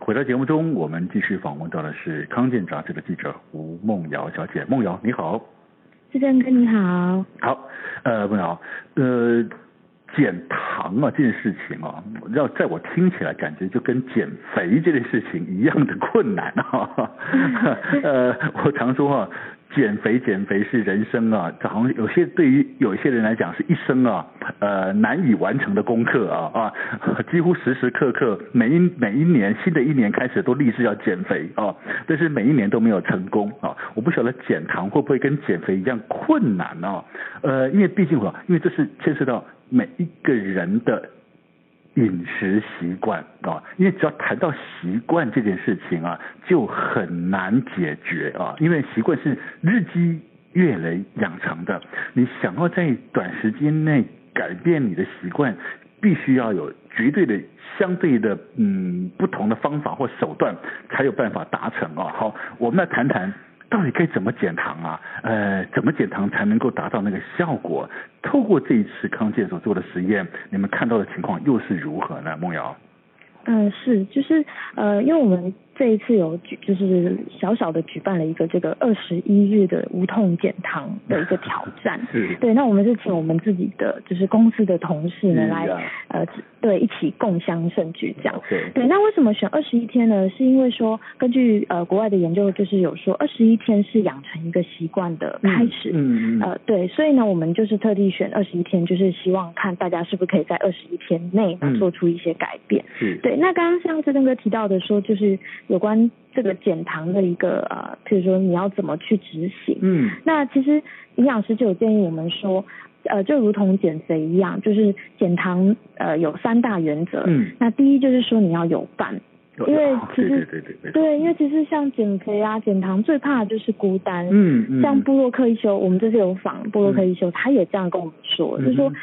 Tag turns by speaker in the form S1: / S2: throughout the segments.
S1: 回到节目中，我们继续访问到的是《康健》杂志的记者吴梦瑶小姐。梦瑶，你好。
S2: 志正哥你好，
S1: 好，呃，梦瑶，呃，减糖啊这件事情啊，要在我听起来感觉就跟减肥这件事情一样的困难啊。呃，我常说啊，减肥减肥是人生啊，这好像有些对于有一些人来讲是一生啊，呃，难以完成的功课啊啊，几乎时时刻刻每一每一年新的一年开始都立志要减肥啊，但是每一年都没有成功啊。我不晓得减糖会不会跟减肥一样困难啊？呃，因为毕竟啊，因为这是牵涉到每一个人的饮食习惯啊，因为只要谈到习惯这件事情啊，就很难解决啊，因为习惯是日积月累养成的，你想要在短时间内改变你的习惯，必须要有绝对的、相对的，嗯，不同的方法或手段，才有办法达成啊。好，我们来谈谈。到底该怎么减糖啊？呃，怎么减糖才能够达到那个效果？透过这一次康健所做的实验，你们看到的情况又是如何呢？梦瑶，
S2: 嗯是就是呃，因为我们这一次有举就是小小的举办了一个这个二十一日的无痛减糖的一个挑 战，
S1: 是
S2: 对，那我们是请我们自己的就是公司的同事呢
S1: 嗯
S2: 来
S1: 呀
S2: 呃对一起共襄盛举这样。
S1: OK，
S2: 对，那为什么选二十一天呢？是因为说，根据呃国外的研究，就是有说二十一天是养成一个习惯的开始。
S1: 嗯嗯
S2: 呃，对，所以呢，我们就是特地选二十一天，就是希望看大家是不是可以在二十一天内
S1: 嗯
S2: 做出一些改变。
S1: 是，
S2: 对，那刚刚像志正哥提到的说，就是有关这个减糖的一个呃，譬如说你要怎么去执行。
S1: 嗯
S2: 那其实营养师就有建议我们说，呃，就如同减肥一样，就是减糖呃有三大原则。
S1: 嗯，
S2: 那第一就是说你要有伴，因为其
S1: 对对
S2: 实
S1: 对对对，
S2: 对，因为其实像减肥啊、减糖最怕的就是孤单。
S1: 嗯嗯，
S2: 像布洛克一休，我们这次有访布洛克一休，他也这样跟我们说，就
S1: 嗯
S2: 说
S1: 哼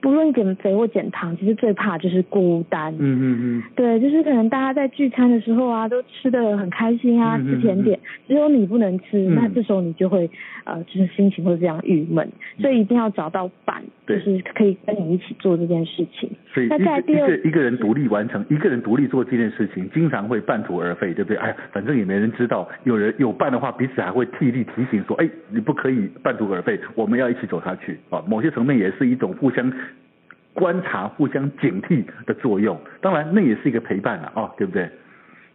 S2: 不论减肥或减糖，其实最怕就是孤单。
S1: 嗯嗯嗯，
S2: 对，就是可能大家在聚餐的时候啊，都吃的很开心啊，
S1: 嗯
S2: 吃甜点，只有你不能吃，
S1: 嗯
S2: 那这时候你就会呃，就是心情会非常郁闷，所以一定要找到伴，就
S1: 对
S2: 是可以跟你一起做这件事情。
S1: 所以一
S2: 那再来
S1: 个一
S2: 第二
S1: 个一个人独立完成，一个人独立做这件事情，经常会半途而废，对不对？哎呀，反正也没人知道，有人有伴的话，彼此还会替力提醒说，哎，你不可以半途而废，我们要一起走下去啊。某些层面也是一种互相观察、互相警惕的作用，当然那也是一个陪伴了啊对不对？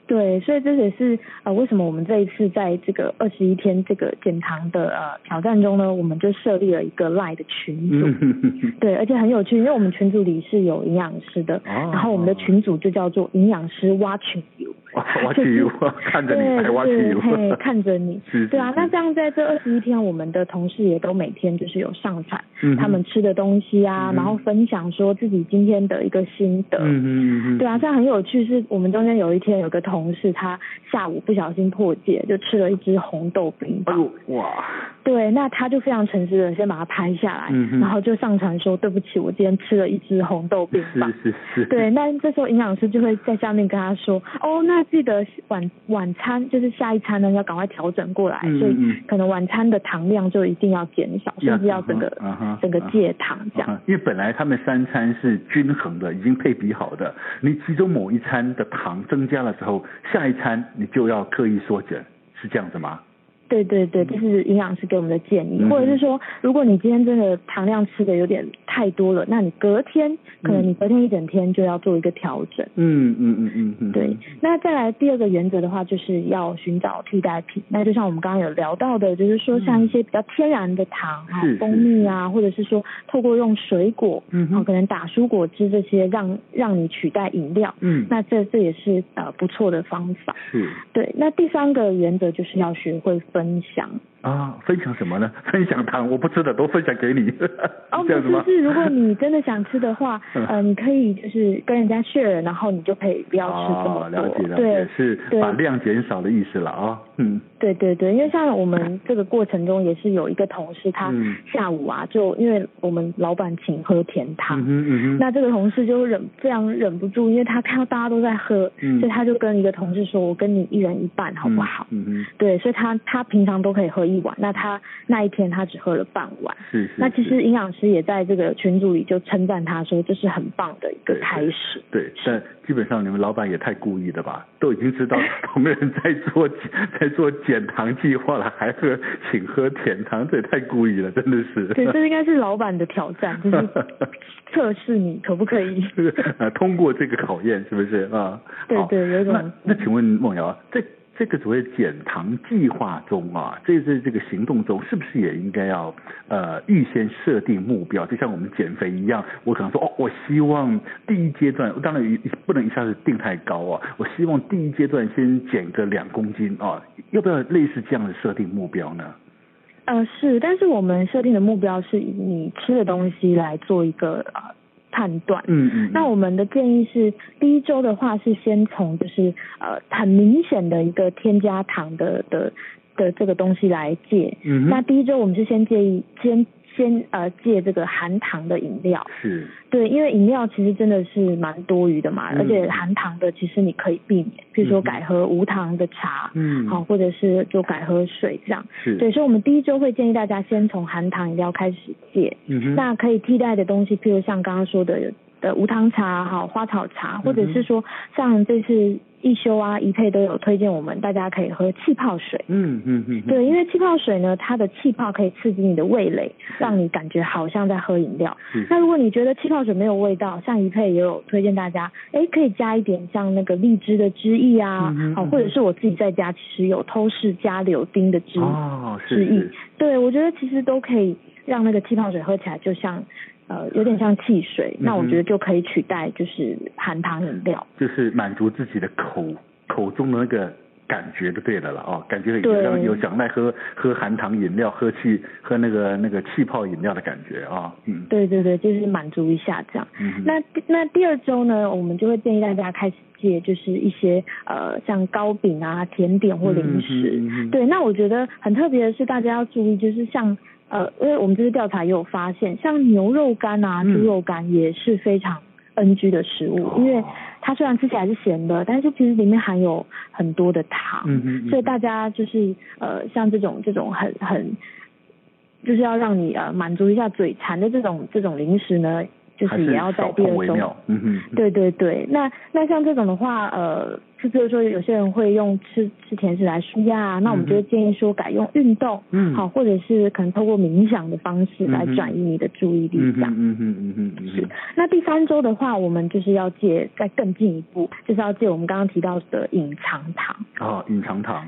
S2: 对，所以这也是呃为什么我们这一次在这个二十一天这个减糖的呃挑战中呢，我们就设立了一个 Line 的群组。
S1: 嗯，
S2: 对，而且很有趣，因为我们群组里是有营养师的，
S1: 哦
S2: 然后我们的群组就叫做营养师挖群友。
S1: 哇挖起油，看着你，还哎挖起
S2: 对，
S1: 油，，
S2: 就是嘿看着你
S1: 是是
S2: 对啊
S1: 是。
S2: 那这样在这二十一天，我们的同事也都每天就是有上传
S1: 嗯哼
S2: 他们吃的东西啊，
S1: 嗯哼
S2: 然后分享说自己今天的一个心得。
S1: 嗯嗯嗯，
S2: 对啊，这样很有趣。是我们中间有一天有个同事，他下午不小心破戒，就吃了一只红豆冰
S1: 哎
S2: 棒。
S1: 呦哇，
S2: 对，那他就非常诚实的先把它拍下来，
S1: 嗯哼
S2: 然后就上传说对不起，我今天吃了一只红豆冰棒
S1: 是。是是，
S2: 对，那这时候营养师就会在下面跟他说，哦，那记得晚晚餐就是下一餐呢要赶快调整过来，
S1: 嗯
S2: 所以
S1: 嗯
S2: 可能晚餐的糖量就一定要减少，
S1: 要
S2: 甚至要整个、
S1: 嗯哼嗯哼
S2: 整个
S1: 嗯哼
S2: 戒糖这样。
S1: 啊，因为本来他们三餐是均衡的，已经配比好的，你其中某一餐的糖增加了之后，下一餐你就要刻意缩减，是这样子吗？
S2: 对对
S1: 嗯
S2: 对，这是营养师给我们的建议，或者是说，如果你今天真的糖量吃的有点太多了，那你隔天可能你隔天一整天就要做一个调整。
S1: 嗯嗯嗯嗯嗯，
S2: 对，那再来第二个原则的话，就是要寻找替代品。那就像我们刚刚有聊到的，就是说像一些比较天然的糖啊、
S1: 嗯是是
S2: 蜂蜜啊，或者是说透过用水果，
S1: 嗯
S2: 啊
S1: 哼
S2: 可能打蔬果汁这些让让你取代饮料，
S1: 嗯，
S2: 那这这也是呃不错的方法。
S1: 是
S2: 对，那第三个原则就是要学会分享。
S1: 啊，分享什么呢？ 分享糖，我不吃的都分享给你，
S2: 哦，
S1: 是
S2: 不
S1: 这样
S2: 是
S1: 子吗？
S2: 是，如果你真的想吃的话，
S1: 嗯
S2: 呃，你可以就是跟人家 share，然后你就可以不要吃这
S1: 哦
S2: 么，多。
S1: 了解了
S2: 对
S1: 解，是
S2: 对
S1: 把量减少的意思了啊，嗯
S2: 对对对，因为像我们这个过程中也是有一个同事，他
S1: 嗯
S2: 下午啊，就因为我们老板请喝甜汤，
S1: 嗯哼嗯哼，
S2: 那这个同事就忍非常忍不住，因为他看到大家都在喝，
S1: 嗯
S2: 所以他就跟一个同事说：“我跟你一人一半好不好？”
S1: 嗯嗯
S2: 对，所以他他平常都可以喝一碗，那他那一天他只喝了半碗。
S1: 哼，是是，
S2: 那其
S1: 是
S2: 实营养师也在这个群组里就称赞他说，这是很棒的一个
S1: 对
S2: 开始。
S1: 对，但基本上你们老板也太故意了吧？都已经 知道同仁在做在做减糖计划了，还喝请喝甜糖，这也太故意了，真的是。
S2: 对，这应该是老板的挑战， 就是测试你可不可以。
S1: 呃，通过这个考验是不是啊？
S2: 对
S1: 好
S2: 对有一种
S1: 那那请问梦瑶，在这个所谓减糖计划中啊，这这这个行动中，是不是也应该要呃预先设定目标？就像我们减肥一样，我可能说哦，我希望第一阶段，当然一不能一下子定太高啊，我希望第一阶段先减个两公斤啊，要不要类似这样的设定目标呢？
S2: 呃，是，但是我们设定的目标是以你吃的东西来做一个呃判断。
S1: 嗯嗯，
S2: 那我们的建议是，第一周的话是先从就是呃很明显的一个添加糖的的的这个东西来戒。
S1: 嗯哼
S2: 那第一周我们是先建议先先呃戒这个含糖的饮料，
S1: 是
S2: 对，因为饮料其实真的是蛮多余的嘛，
S1: 嗯
S2: 而且含糖的其实你可以避免，比如说
S1: 嗯哼
S2: 改喝无糖的茶，
S1: 嗯
S2: 好、或者是就改喝水这样。
S1: 是
S2: 对，所以我们第一周会建议大家先从含糖饮料开始戒。
S1: 嗯哼
S2: 那可以替代的东西，譬如像刚刚说的的无糖茶、哈花草
S1: 嗯
S2: 茶，或者是说像这次一休啊、一配都有推荐我们，大家可以喝气泡水。
S1: 嗯嗯嗯，
S2: 对，因为气泡水呢，它的气泡可以刺激你的味蕾，让你感觉好像在喝饮料
S1: 是。
S2: 那如果你觉得气泡水没有味道，像一配也有推荐大家，哎，可以加一点像那个荔枝的汁液啊
S1: 嗯哼，
S2: 好、
S1: 嗯哼
S2: 或者是我自己在家其实有偷试加柳丁的汁
S1: 哦是
S2: 之意
S1: 是。
S2: 对，我觉得其实都可以让那个气泡水喝起来就像呃有点像汽
S1: 嗯
S2: 水，那我觉得就可以取代就是含糖饮料。
S1: 就是满足自己的口口中的那个感觉就对了了哦，感觉有
S2: 对
S1: 像有想在喝喝含糖饮料、喝气喝那个那个气泡饮料的感觉啊、嗯
S2: 对对对，就是满足一下这样。
S1: 嗯哼
S2: 那第那第二周呢，我们就会建议大家开始戒，就是一些呃像糕饼啊、甜点或零食。
S1: 嗯嗯嗯嗯
S2: 对，那我觉得很特别的是，大家要注意，就是像呃，因为我们这次调查也有发现，像牛肉干啊、
S1: 嗯
S2: 猪肉干也是非常 NG 的食物，
S1: 哦
S2: 因为它虽然吃起来是咸的，但是其实里面含有很多的糖。
S1: 嗯嗯嗯
S2: 所以大家就是呃，像这种这种很很，就是要让你呃满足一下嘴馋的这种这种零食呢，就
S1: 还
S2: 是也要在
S1: 少
S2: 第
S1: 碰
S2: 二
S1: 为
S2: 周。
S1: 妙，嗯哼，
S2: 对对对，那那像这种的话，呃，就比如说有些人会用吃吃甜食来舒压啊，那我们就会建议说改用运动，
S1: 嗯
S2: 好，或者是可能透过冥想的方式来
S1: 嗯哼
S2: 转移你的注意力
S1: 嗯
S2: 这样
S1: 哼。嗯哼嗯哼嗯哼，
S2: 那第三周的话，我们就是要戒再更进一步，就是要戒我们刚刚提到的隐藏糖。
S1: 哦，隐藏糖，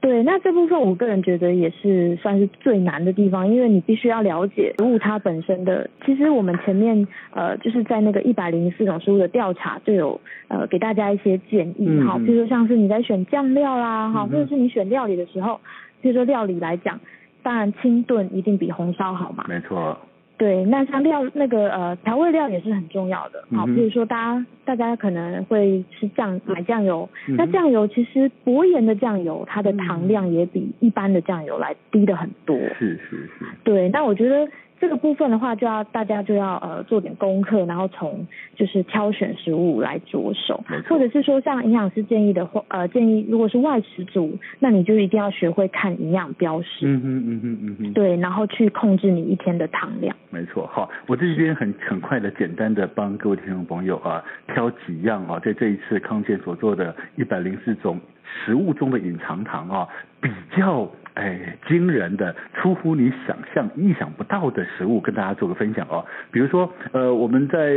S2: 对，那这部分我个人觉得也是算是最难的地方，因为你必须要了解食物它本身的。其实我们前面呃就是在那个一百零四种食物的调查就有呃给大家一些建议
S1: 嗯
S2: 哈，
S1: 嗯
S2: 比如说像是你在选酱料啦哈，
S1: 嗯嗯
S2: 或者是你选料理的时候，比如说料理来讲，当然清炖一定比红烧好嘛。
S1: 没错，
S2: 对，那像料那个呃调味料也是很重要的，
S1: 嗯
S2: 好、
S1: 哼
S2: 比如说大家大家可能会吃酱买酱油，
S1: 嗯哼
S2: 那酱油其实薄盐的酱油它的糖量也比一般的酱油来低的很多。
S1: 是是是，
S2: 对，那我觉得这个部分的话，就要大家就要呃做点功课，然后从就是挑选食物来着手
S1: 没，错
S2: 或者是说像营养师建议的话，呃建议如果是外食族，那你就一定要学会看营养标识，
S1: 嗯哼嗯哼嗯哼，
S2: 对，然后去控制你一天的糖量。
S1: 没错，好，我这边很很快的、简单的帮各位听众朋友啊挑几样啊，在这一次康健所做的一百零四种食物中的隐藏糖啊，比较哎惊人的、出乎你想象、意想不到的食物跟大家做个分享哦。比如说，呃，我们在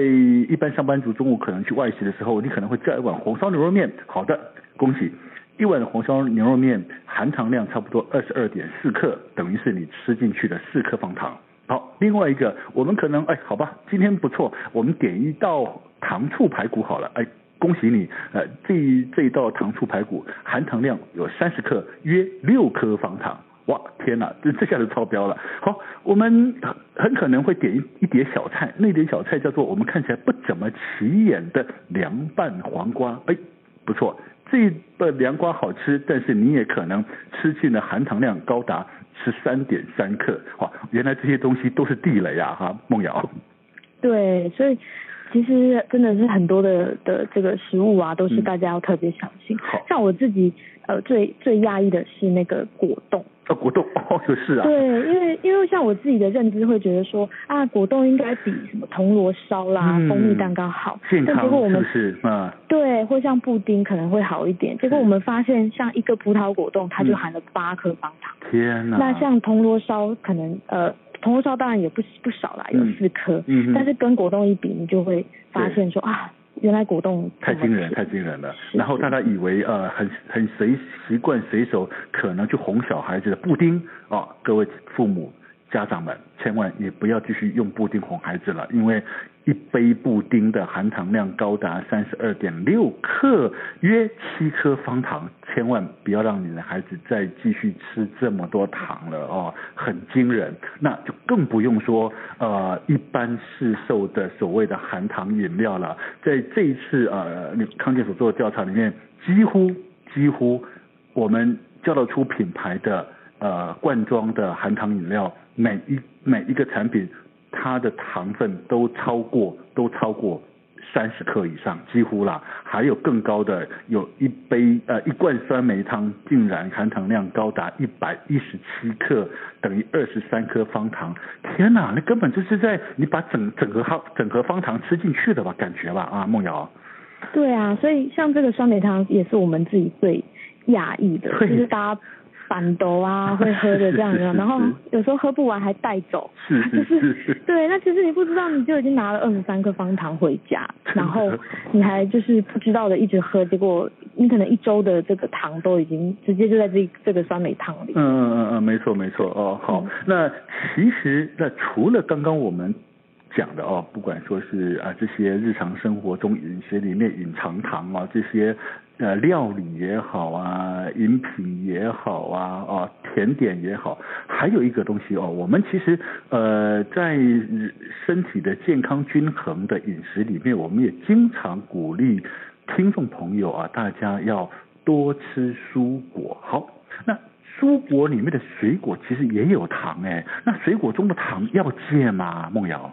S1: 一般上班族中午可能去外食的时候，你可能会叫一碗红烧牛肉面，好的，恭喜。一碗红烧牛肉面含糖量差不多二十二点四克，等于是你吃进去的四克方糖。好，另外一个我们可能哎，好吧，今天不错，我们点一道糖醋排骨好了，哎，恭喜你，呃，这一这一道糖醋排骨含糖量有三十克，约六颗方糖。哇，天哪，这这下子超标了。好，我们很可能会点一一碟小菜，那碟小菜叫做我们看起来不怎么起眼的凉拌黄瓜，哎，不错。这个凉瓜好吃，但是你也可能吃进的含糖量高达十三点三克。哇，原来这些东西都是地雷啊！哈，梦瑶。
S2: 对，所以其实真的是很多的的这个食物啊，都是大家要特别小心。
S1: 嗯好
S2: 像我自己呃最最讶异的是那个果冻。
S1: 啊，果冻哦，就是啊。
S2: 对，因为因为像我自己的认知会觉得说啊，果冻应该比什么铜锣烧啦、
S1: 嗯
S2: 蜂蜜蛋糕好，
S1: 健
S2: 但
S1: 康
S2: 结果我
S1: 是
S2: 们
S1: 不是？嗯，
S2: 对，或像布丁可能会好一点。结果我们发现，像一个葡萄果冻，
S1: 嗯
S2: 它就含了八颗方糖。
S1: 天哪。
S2: 那像铜锣烧，可能呃，铜锣烧当然也不不少啦，有
S1: 嗯
S2: 四颗。
S1: 嗯哼
S2: 但是跟果冻一比，你就会发现说啊，原来果冻
S1: 太惊人，
S2: 这么甜
S1: 太惊人了。
S2: 是
S1: 然后大家以为呃很很随习惯随手可能去哄小孩子的布丁啊、各位父母家长们千万也不要继续用布丁哄孩子了，因为一杯布丁的含糖量高达三十二点六克，约七颗方糖，千万不要让你的孩子再继续吃这么多糖了哦，很惊人。那就更不用说呃一般市售的所谓的含糖饮料了，在这一次呃康健所做的调查里面，几乎几乎我们叫得出品牌的呃罐装的含糖饮料，每一每一个产品它的糖分都超过都超过三十克以上，几乎啦，还有更高的，有一杯呃一罐酸梅汤竟然含糖量高达一百一十七克，等于二十三颗方糖。天哪，那根本就是在你把整整盒方整盒方糖吃进去的吧，感觉吧啊，梦瑶。
S2: 对啊，所以像这个酸梅汤也是我们自己最讶异的，
S1: 对
S2: 就是大家板豆啊会喝的这样
S1: 是是
S2: 的，
S1: 是
S2: 然后有时候喝不完还带走，
S1: 是是
S2: 就是
S1: 是是
S2: 对，那其实你不知道你就已经拿了二十三颗方糖回家，
S1: 真的
S2: 然后你还就是不知道的一直喝，结果你可能一周的这个糖都已经直接就在这这个酸梅汤里。
S1: 嗯嗯嗯，没错没错哦，好。那其实那除了刚刚我们讲的哦，不管说是啊这些日常生活中饮食里面隐藏糖啊，这些呃料理也好啊，饮品也好啊，哦甜点也好，还有一个东西哦，我们其实呃在身体的健康均衡的饮食里面，我们也经常鼓励听众朋友啊，大家要多吃蔬果。好，那蔬果里面的水果其实也有糖哎，那水果中的糖要戒吗？梦瑶？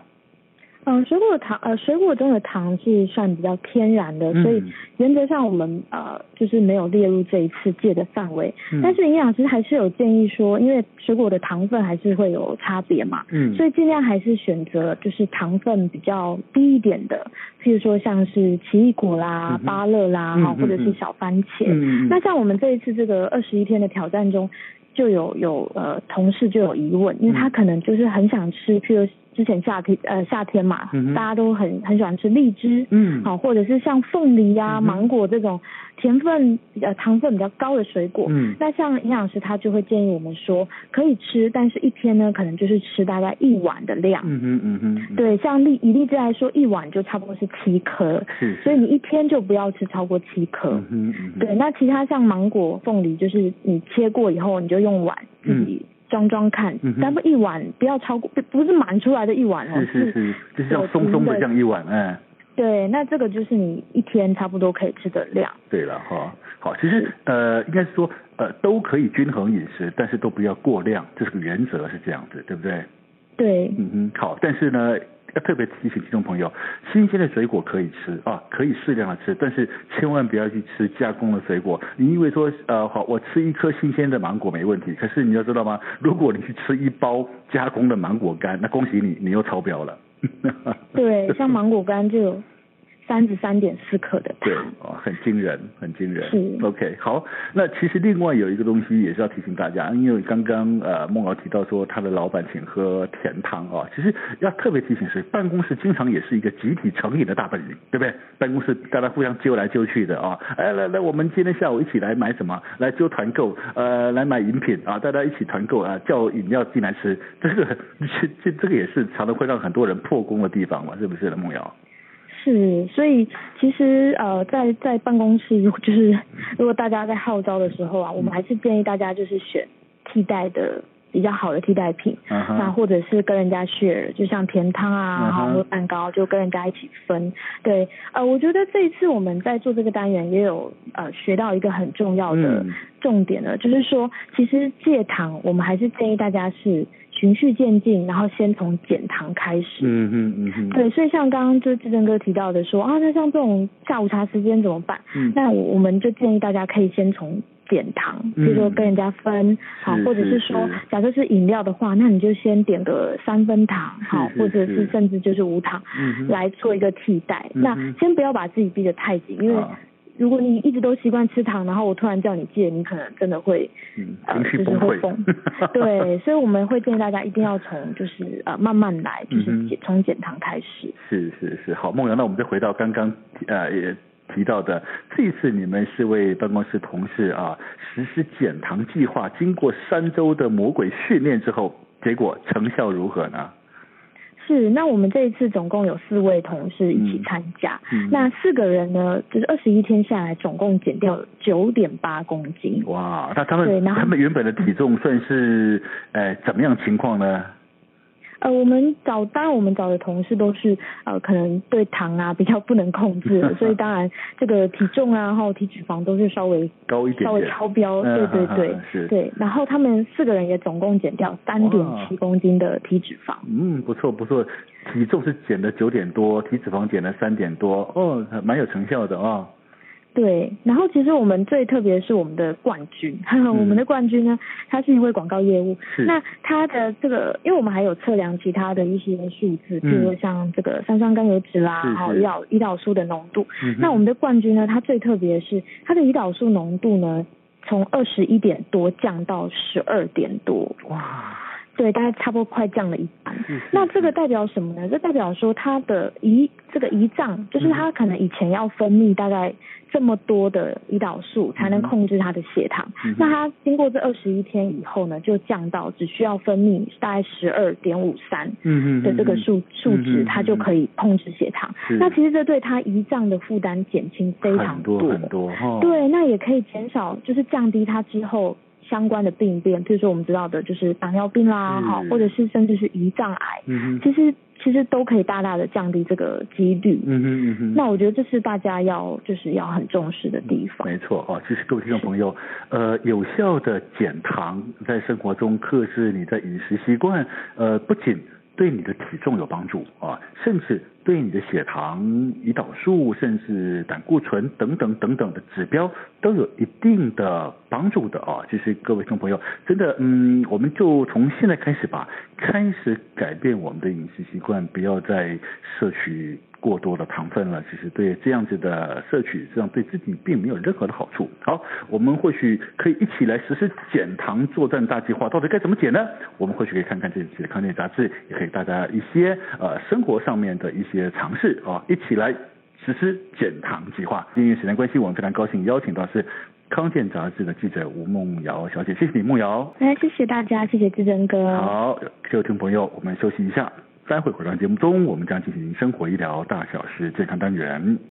S2: 嗯，水果糖呃，水果中的糖是算比较天然的，
S1: 嗯
S2: 所以原则上我们呃就是没有列入这一次戒的范围。
S1: 嗯
S2: 但是营养师还是有建议说，因为水果的糖分还是会有差别嘛，
S1: 嗯
S2: 所以尽量还是选择就是糖分比较低一点的，譬如说像是奇异果啦
S1: 嗯、哼
S2: 芭乐啦，
S1: 嗯
S2: 哈
S1: 嗯
S2: 或者是
S1: 嗯
S2: 小番茄。
S1: 嗯嗯嗯
S2: 那像我们这一次这个二十一天的挑战中，就有有呃同事就有疑问，因为
S1: 嗯
S2: 他可能就是很想吃，譬如之前夏天呃夏天嘛，
S1: 嗯哼
S2: 大家都很很喜欢吃荔枝，
S1: 嗯
S2: 好、或者是像凤梨呀、
S1: 嗯哼
S2: 芒果这种甜分比较糖分比较高的水果，
S1: 嗯
S2: 那像营养师他就会建议我们说可以吃，但是一天呢可能就是吃大概一碗的量，
S1: 嗯哼嗯哼，嗯，
S2: 对，像荔以荔枝来说，一碗就差不多是七颗，
S1: 是，
S2: 所以你一天就不要吃超过七颗，
S1: 嗯哼嗯哼，
S2: 对，那其他像芒果、凤梨，就是你切过以后，你就用碗自己装装看，
S1: 嗯嗯哼
S2: 但不一碗不要超过，不不是满出来的一碗哦，
S1: 是是是，就是像松松的这样一碗，哎。
S2: 对，那这个就是你一天差不多可以吃的量。
S1: 对了哈，好，其实呃，应该是说呃，都可以均衡饮食，但是都不要过量，这是个原则，是这样子，对不对？
S2: 对，
S1: 嗯哼，好，但是呢，要特别提醒听众朋友，新鲜的水果可以吃啊，可以适量的吃，但是千万不要去吃加工的水果。你以为说，呃，好，我吃一颗新鲜的芒果没问题，可是你要知道吗？如果你去吃一包加工 的芒果干，那恭喜你，你又超标了。
S2: 对，像芒果干就有三十三点四克的
S1: 对
S2: 糖。
S1: 哦，很惊人，很惊人。
S2: 是
S1: OK，好，那其实另外有一个东西也是要提醒大家，因为刚刚呃梦瑶提到说他的老板请喝甜汤啊、其实要特别提醒是，办公室经常也是一个集体成瘾的大本营，对不对？办公室大家互相揪来揪去的啊、哎来来，我们今天下午一起来买什么？来揪团购，呃，来买饮品啊，大家一起团购啊，叫饮料进来吃，这个这这这个也是常常会让很多人破功的地方嘛，是不是呢？梦瑶？
S2: 是，所以其实呃，在在办公室，如果就是 如果大家在号召的时候啊，我们还是建议大家就是选替代的比较好的替代品，
S1: 嗯哼
S2: 那或者是跟人家 share，就像甜汤
S1: 嗯
S2: 啊，
S1: 哼
S2: 然后蛋糕就跟人家一起分。对，呃，我觉得这一次我们在做这个单元也有呃学到一个很重要的
S1: 嗯
S2: 重点呢，就是说其实戒糖，我们还是建议大家是循序渐进，然后先从减糖开始。
S1: 嗯哼嗯哼，
S2: 对，所以像刚刚就是志正哥提到的说啊，那像这种下午茶时间怎么办？
S1: 嗯
S2: 那我我们就建议大家可以先从减糖，比如说
S1: 嗯
S2: 跟人家分，好、
S1: 是
S2: 或者
S1: 是
S2: 是说
S1: 是
S2: 假设是饮料的话，那你就先点个三分糖，好，
S1: 是
S2: 或者
S1: 是
S2: 是甚至就是无糖、
S1: 嗯哼
S2: 来做一个替代。
S1: 嗯
S2: 那
S1: 哼
S2: 先不要把自己逼得太紧，因为
S1: 啊
S2: 如果你一直都习惯吃糖，然后我突然叫你戒，你可能真的 会
S1: 嗯
S2: 呃
S1: 情绪
S2: 就是
S1: 崩
S2: 会
S1: 溃
S2: 疯对，所以我们会建议大家一定要从就是呃慢慢来，就
S1: 嗯哼
S2: 是减从减糖开始。
S1: 是是是，好，梦阳，那我们再回到刚刚呃也提到的，这一次你们是为办公室同事啊实施减糖计划，经过三周的魔鬼训练之后，结果成效如何呢？
S2: 是，那我们这一次总共有四位同事一起
S1: 嗯
S2: 参加，
S1: 嗯
S2: 那四个人呢，就是二十一天下来，总共减掉九点八公斤。
S1: 哇，那他
S2: 对
S1: 们
S2: 然后
S1: 他们原本的体重算是呃怎么样情况呢？
S2: 呃，我们找当然我们找的同事都是呃，可能对糖啊比较不能控制的，所以当然这个体重啊，然后体脂肪都是稍微
S1: 高一点点
S2: 稍微超标，
S1: 嗯
S2: 对
S1: 嗯嗯
S2: 对
S1: 嗯是
S2: 对对。然后他们四个人也总共减掉三点七公斤的体脂肪。
S1: 嗯，不错不错，体重是减了九点多，体脂肪减了三点多，哦，蛮有成效的啊、哦。
S2: 对，然后其实我们最特别是我们的冠军， 我
S1: 嗯
S2: 们的冠军呢，他是一位广告业务。
S1: 是嗯
S2: 那他的这个，因为我们还有测量其他的一些数字，比如说像这个三酸甘油脂啦，
S1: 嗯是是
S2: 还有胰岛胰岛素的浓度。
S1: 嗯哼
S2: 那我们的冠军呢，他最特别是他的胰岛素浓度呢，从二十一点多降到十二点多，
S1: 哇，
S2: 对，大概差不多快降了一半。
S1: 是是
S2: 那这个代表什么
S1: 嗯
S2: 呢？这代表说它的胰这个胰脏，就是它可能以前要分泌大概这么多的胰岛素才能控制它的血糖，
S1: 嗯哼
S2: 那它经过这二十一天以后呢，就降到只需要分泌大概十二点五三
S1: 嗯嗯
S2: 的这个数数值，它就可
S1: 以
S2: 以控制血糖
S1: 是。
S2: 那其实这对它胰脏的负担减轻非常
S1: 很多
S2: 多
S1: 很多哦。
S2: 对，那也可以减少，就是降低它之后相关的病变，比如说我们知道的就是糖尿病啦，
S1: 是
S2: 好，或者是甚至是胰脏癌，
S1: 嗯哼，
S2: 其实其实都可以大大的降低这个几率。
S1: 嗯哼嗯哼。
S2: 那我觉得这是大家要就是要很重视的地方。
S1: 没错哦，其实各位听众朋友，呃，有效的减糖在生活中克制你的饮食习惯，呃，不仅对你的体重有帮助啊，甚至对你的血糖、胰岛素，甚至胆固醇等等等等的指标都有一定的帮助的啊。其实各位听众朋友，真的，嗯，我们就从现在开始吧，开始改变我们的饮食习惯，不要再摄取过多的糖分了，其实对这样子的摄取，实际上对自己并没有任何的好处。好，我们或许可以一起来实施减糖作战大计划，到底该怎么减呢？我们或许可以看看这期的康健杂志，也可以大家一些呃生活上面的一些尝试啊，一起来实施减糖计划。因为时间关系，我们非常高兴邀请到是康健杂志的记者吴梦瑶小姐，谢谢你，梦瑶。
S2: 哎，谢谢大家，谢谢志珍哥。
S1: 好，各位听众朋友，我们休息一下，待会回到节目中，我们将进行生活医疗大小事健康单元。